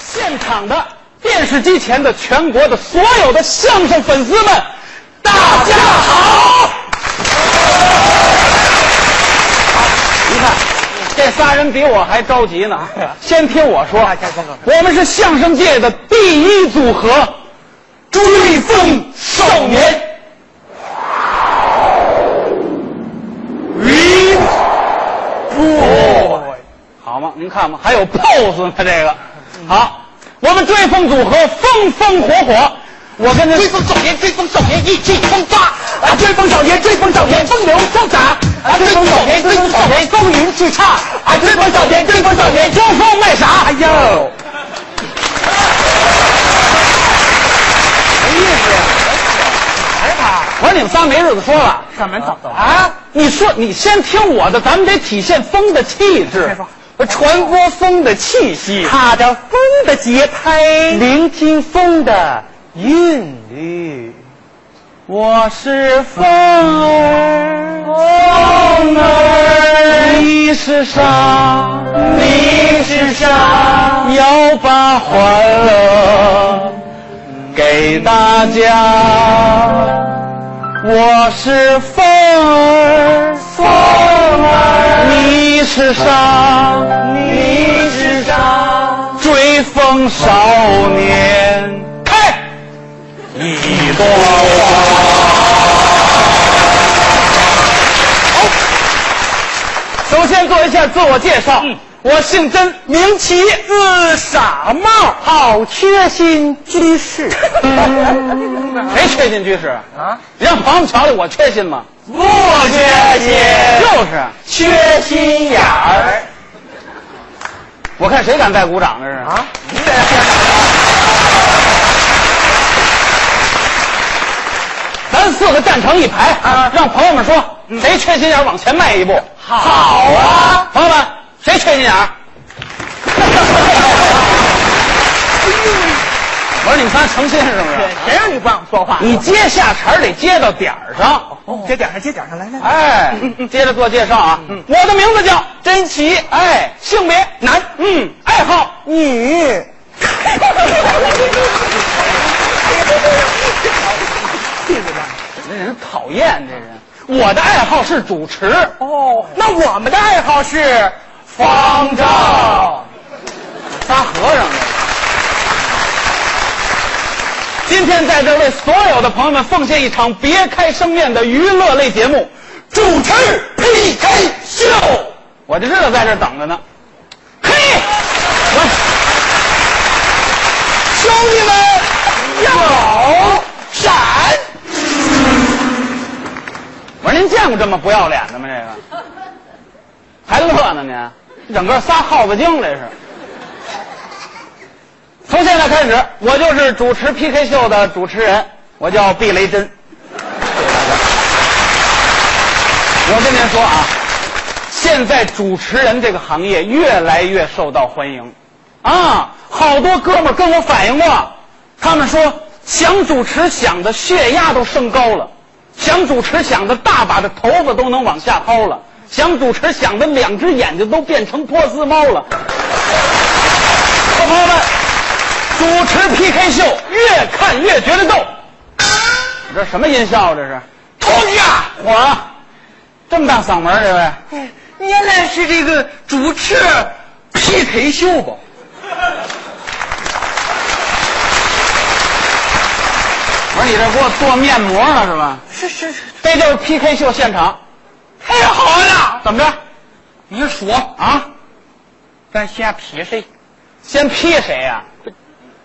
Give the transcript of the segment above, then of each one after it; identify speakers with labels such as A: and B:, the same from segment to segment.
A: 现场的电视机前的全国的所有的相声粉丝们，大家好！你看，这仨人比我还着急 呢。哎先听我说，我们是相声界的第一组合——追风少年。云不好吗？您看吧，还有 pose 呢，这个好。我们追风组合风风火火，我跟着
B: 追风少年，追风少年，意气风发。
A: 啊，追风少年，追风少年，风流潇洒。啊，追风少年，追风少年，风云叱咤。啊，追风少年，追风少年，装疯卖傻。哎呦，没意思呀！我说你们仨没日子说了。
B: 干嘛走啊？
A: 啊，你说你先听我的，咱们得体现风的气质，传播风的气息，
B: 踏着风的节拍，聆听风的韵律。我是风儿，风儿，你是沙，你是沙，要把欢乐给大家。我是风儿，风儿，你是沙，你是沙，追风少年，开一朵
A: 首先做一下自我介绍，我姓甄，名齐，字傻帽，好缺心居士。谁缺心居士啊？你让朋友们瞧瞧我缺心吗？
B: 不缺
A: 就
B: 心，
A: 是，
B: 缺心眼儿。
A: 我看谁敢再鼓掌这是啊？
B: 你这是
A: 咱四个站成一排啊，让朋友们说谁缺心眼儿往前迈一步。
B: 嗯好啊！
A: 朋友们，谁缺心眼儿？ 我说你们仨成心是不是？
B: 谁让你不让说话？
A: 你接下茬儿得接到点儿上。
B: 接点上，接点上，来来来。
A: 哎，接着做介绍啊，我的名字叫甄奇，哎，性别男，嗯，爱好女。这人讨厌，这人。我的爱好是主持，
B: 哦，
A: 那我们的爱好是方丈，仨和尚呢。今天在这为所有的朋友们奉献一场别开生面的娱乐类节目——主持 PK 秀。我就知道在这儿等着呢。嘿，我兄弟们要闪！我说您见过这么不要脸的吗？这个还乐呢您，整个仨耗子精这是。从现在开始，我就是主持 PK 秀的主持人，我叫避雷针。我跟您说啊，现在主持人这个行业越来越受到欢迎，啊，好多哥们儿跟我反映过，他们说想主持想的血压都升高了，想主持想的大把的头发都能往下薅了，想主持想的两只眼睛都变成波斯猫了。朋友们，主持 PK 秀越看越觉得逗。你这什么音效？这是？同呀！我这么大嗓门儿，这位。
B: 您来是这个主持 PK 秀吧？
A: 我说你这给我做面膜呢是吧？
B: 是是是，
A: 这就是 PK 秀现场，
B: 太好了！
A: 怎么着
B: 您说，
A: 啊？
B: 咱先撇谁？
A: 先 P 谁呀、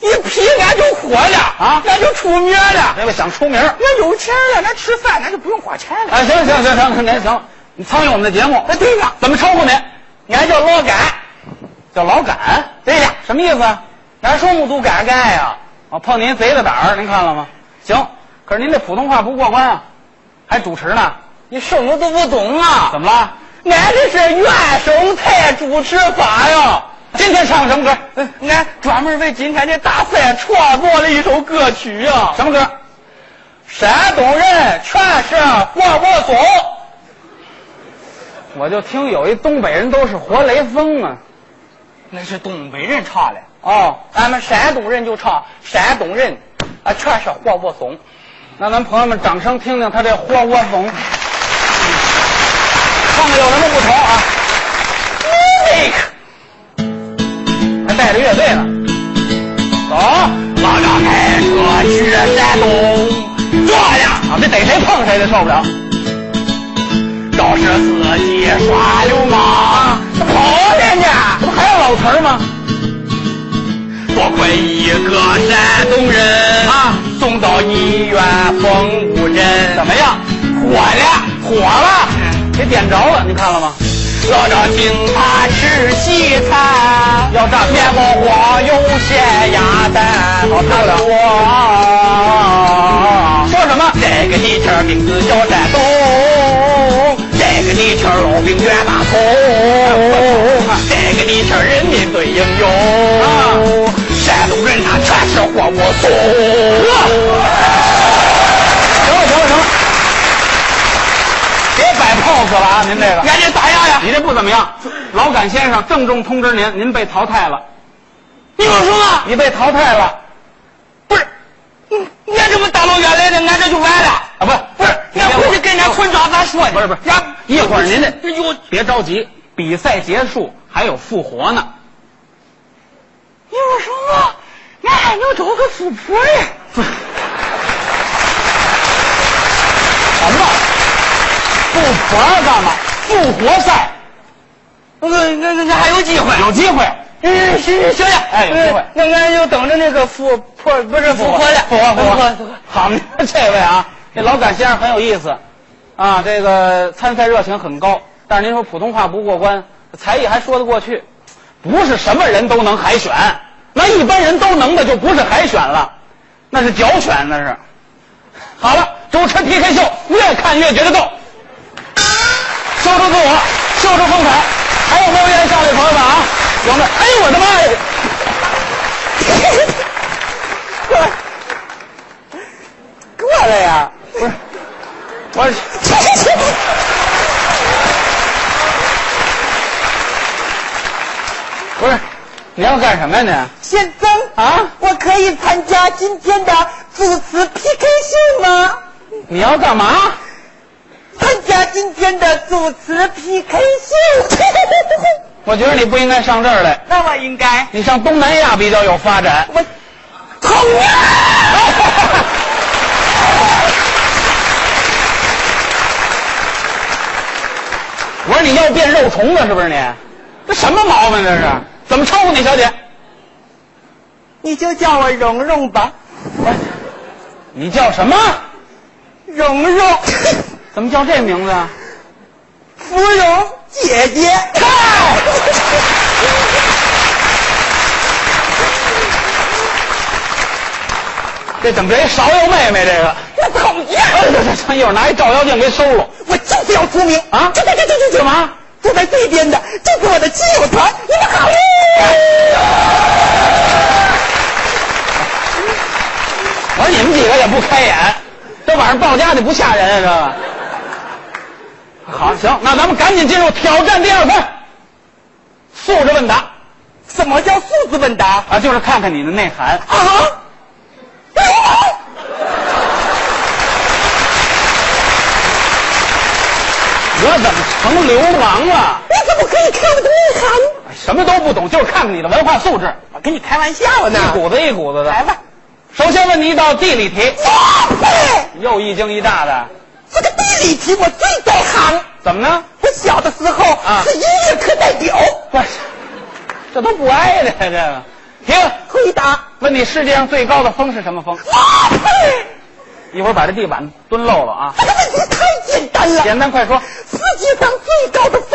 B: 一批咱就火了
A: 啊
B: 咱就出名了，
A: 这位想出名儿？
B: 那有钱了，咱吃饭咱就不用花钱了。
A: 哎，行了行了行了行了，您行了，你参与我们的节目，
B: 哎，对了，
A: 怎么称呼您？
B: 俺叫老甘，
A: 叫老杆？
B: 对了，
A: 什么意思啊？
B: 俺说木都敢干呀，
A: 我啊哦碰您贼的胆儿，您看了吗？行，可是您这普通话不过关啊，还主持呢？
B: 你什么都不懂啊？
A: 怎么了？
B: 俺这是原生态主持法呀。嗯
A: 今天唱什么歌？
B: 俺专门为今天的大赛创作了一首歌曲呀、
A: 什么歌？
B: 山东人全是活活松，
A: 我就听有一东北人都是活雷锋啊。
B: 那是东北人唱的
A: 哦，
B: 俺们山东人就唱山东人，啊，全是活窝松。
A: 那咱朋友们掌声听听他这豁窝怂，嗯看看有什么不同啊？哎还带着乐队呢，走，老张开车去山东，这样啊，这逮谁碰谁的受不了。要是司机耍流氓，跑人家，这不还有老词儿吗？多亏一个山东人啊，送到医院风五人，怎么样？火了，嗯火了，给点着了，你看了吗？老赵请他吃西餐，要炸面包火有些鸭蛋，好看了。我说什么？啊这个地球名字叫山东，这个地球老兵卷大头，这个地球人民最英勇。山东人他全是活我怂。行了行了行了，别摆 pose 了啊！您这个。
B: 俺这咋样呀？
A: 你这不怎么样，老赶先生郑重通知您，您被淘汰了，
B: 你说什么？
A: 你被淘汰了
B: 不是，你你这么大老远来的，俺这就完了。
A: 啊！不是
B: 不是，俺回去跟俺村长咋说呢？
A: 不是不是
B: 俺
A: 一会儿您得
B: 这有
A: 别着急，比赛结束还有复活呢。
B: 你说什么？俺还能找个富婆呀？
A: 什么？复活干嘛？复活赛
B: 我俺俺还有机会。
A: 有机会，
B: 嗯，行行行呀，
A: 哎有机会
B: 嗯那俺就等着那个富婆不是富婆的
A: 复活复活
B: 复活。
A: 好，这位啊，这老赶先生很有意思啊，这个参赛热情很高，但是您说普通话不过关，才艺还说得过去，不是什么人都能海选，那一般人都能的就不是海选了，那是脚选那是。好了，主持 PK 秀，越看越觉得逗，秀出自我，秀出风采，还有没有愿意上来的朋友们啊？有没有？哎呦我的妈呀！
B: 过来呀！
A: 不是，我不是，你要干什么呀
C: 先生，
A: 啊
C: 我可以参加今天的主持 PK 秀吗？
A: 你？你要干嘛？
C: 参加今天的主持 PK 秀，
A: 我觉得你不应该上这儿来，
C: 那我应该
A: 你上东南亚比较有发展。
C: 我
A: 好呀！我说你要变肉虫了是不是你？这什么毛病这是？怎么称呼你小姐？
C: 你就叫我蓉蓉吧，
A: 你叫什么？
C: 蓉 蓉，
A: 怎么叫这名字啊？
C: 芙蓉姐姐。
A: 这怎么这一芍药妹妹这个？
C: 我讨厌，
A: 哎这这这一会儿拿一照妖镜给收了
C: 我就是要出名
A: 啊！
C: 就在这这
A: 干
C: 这这
A: 嘛？
C: 坐在对边的就是我的亲友团，你们好。
A: 我说你们几个也不开眼，这晚上到家得不吓人啊？这个。好，行，那咱们赶紧进入挑战第二关，素质问答
C: 什么叫素质问答？
A: 啊，就是看看你的内涵。
C: 啊！哎
A: 我怎么成流氓了？
C: 你怎么可以看我的内涵？
A: 哎什么都不懂，就是看看你的文化素质，
C: 我跟你开玩笑
A: 一股子一股子的。
C: 来吧，
A: 首先问你一道地理题，
C: 哇塞，
A: 又一惊一乍的，
C: 哎这个地理题我最在行。
A: 怎么呢？
C: 我小的时候
A: 啊
C: 是音乐课代表。
A: 不是，这都不挨着呀，这个。停，
C: 回答，
A: 问你世界上最高的峰是什么峰？
C: 哇塞，
A: 一会儿把这地板蹲漏了啊！
C: 这个问题太简单了。
A: 简单快说，
C: 世界上最高的峰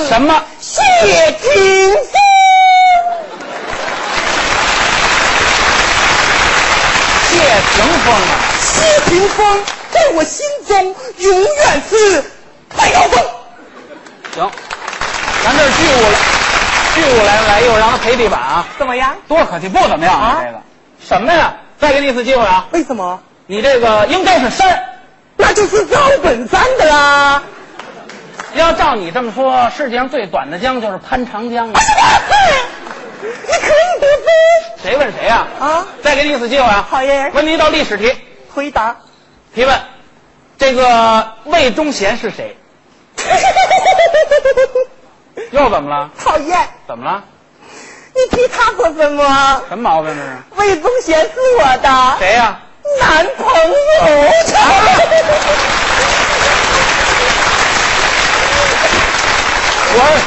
C: 是
A: 什么？
C: 谢霆锋。
A: 谢霆锋啊！
C: 谢霆锋在我心中永远是最高峰。
A: 行，咱这儿巨物来，巨物来不来？一会儿让他赔地板啊！
C: 怎么样？
A: 多可惜，不怎么样啊
C: 啊
A: 这个什么呀？再给你一次机会啊！
C: 为什么？
A: 你这个应该是山，
C: 那就是赵本山的啦。
A: 要照你这么说，世界上最短的江就是潘长江啊！
C: 你可以得分
A: 谁问谁呀、
C: 啊！
A: 再给你一次机会啊！
C: 好耶
A: 问你一道历史题，
C: 回答，
A: 提问：这个魏忠贤是谁？又怎么了？
C: 讨厌，
A: 怎么了？
C: 你替他做什么？
A: 什么毛病这是？
C: 魏忠贤是我的
A: 谁呀、
C: 男朋友。
A: 我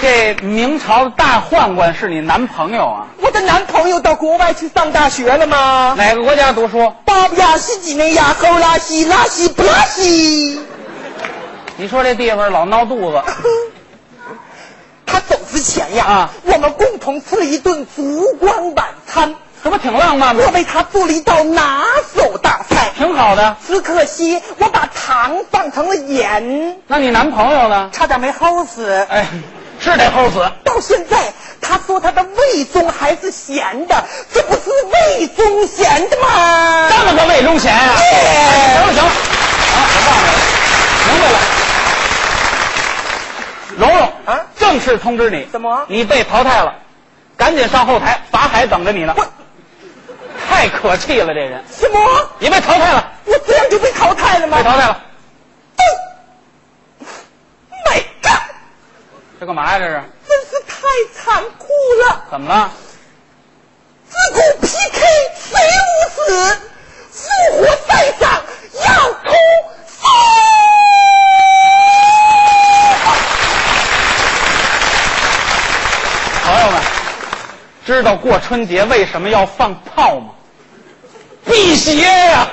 A: 这明朝大宦官是你男朋友啊？
C: 我的男朋友到国外去上大学了吗？
A: 哪个国家读书？
C: 巴布亚新几内亚、后拉西、拉西、布拉西。
A: 你说这地方老闹肚子，
C: 他走之前呀，
A: 啊
C: 我们共同吃了一顿烛光晚餐，
A: 这不挺浪漫吗
C: 我？为他做了一道拿手大菜。
A: 挺好的。
C: 只可惜我把糖放成了盐，
A: 那你男朋友呢？
C: 差点没齁死。
A: 哎，是得齁死。
C: 到现在，他说他的胃中还是咸的，这不是胃中咸的吗？
A: 这么个魏忠贤呀、啊？
C: 哎
A: 行了行了，啊，我忘了，明白了。蓉蓉
C: 啊
A: 正式通知你，
C: 怎么
A: 你被淘汰了，赶紧上后台，法海等着你呢
C: 我。
A: 太可气了，这人，
C: 什么？
A: 你被淘汰了，
C: 我这样就被淘汰了吗？
A: 被淘汰了，
C: ！My God，
A: 这干嘛呀？这是
C: 真是太残酷了！
A: 怎么了？
C: 自古 PK 谁无死，复活赛上要哭死。
A: 朋友们，知道过春节为什么要放炮吗？辟邪呀、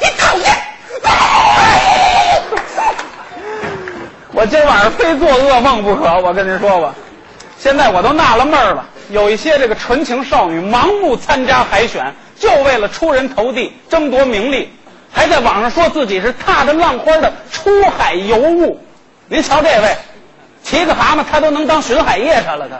C: 你讨厌！
A: 我今晚上非做噩梦不可，我跟您说吧，现在我都纳了闷儿了，有一些这个纯情少女盲目参加海选，就为了出人头地、争夺名利，还在网上说自己是踏着浪花的出海游物。您瞧这位，骑个蛤蟆他都能当巡海夜叉了，他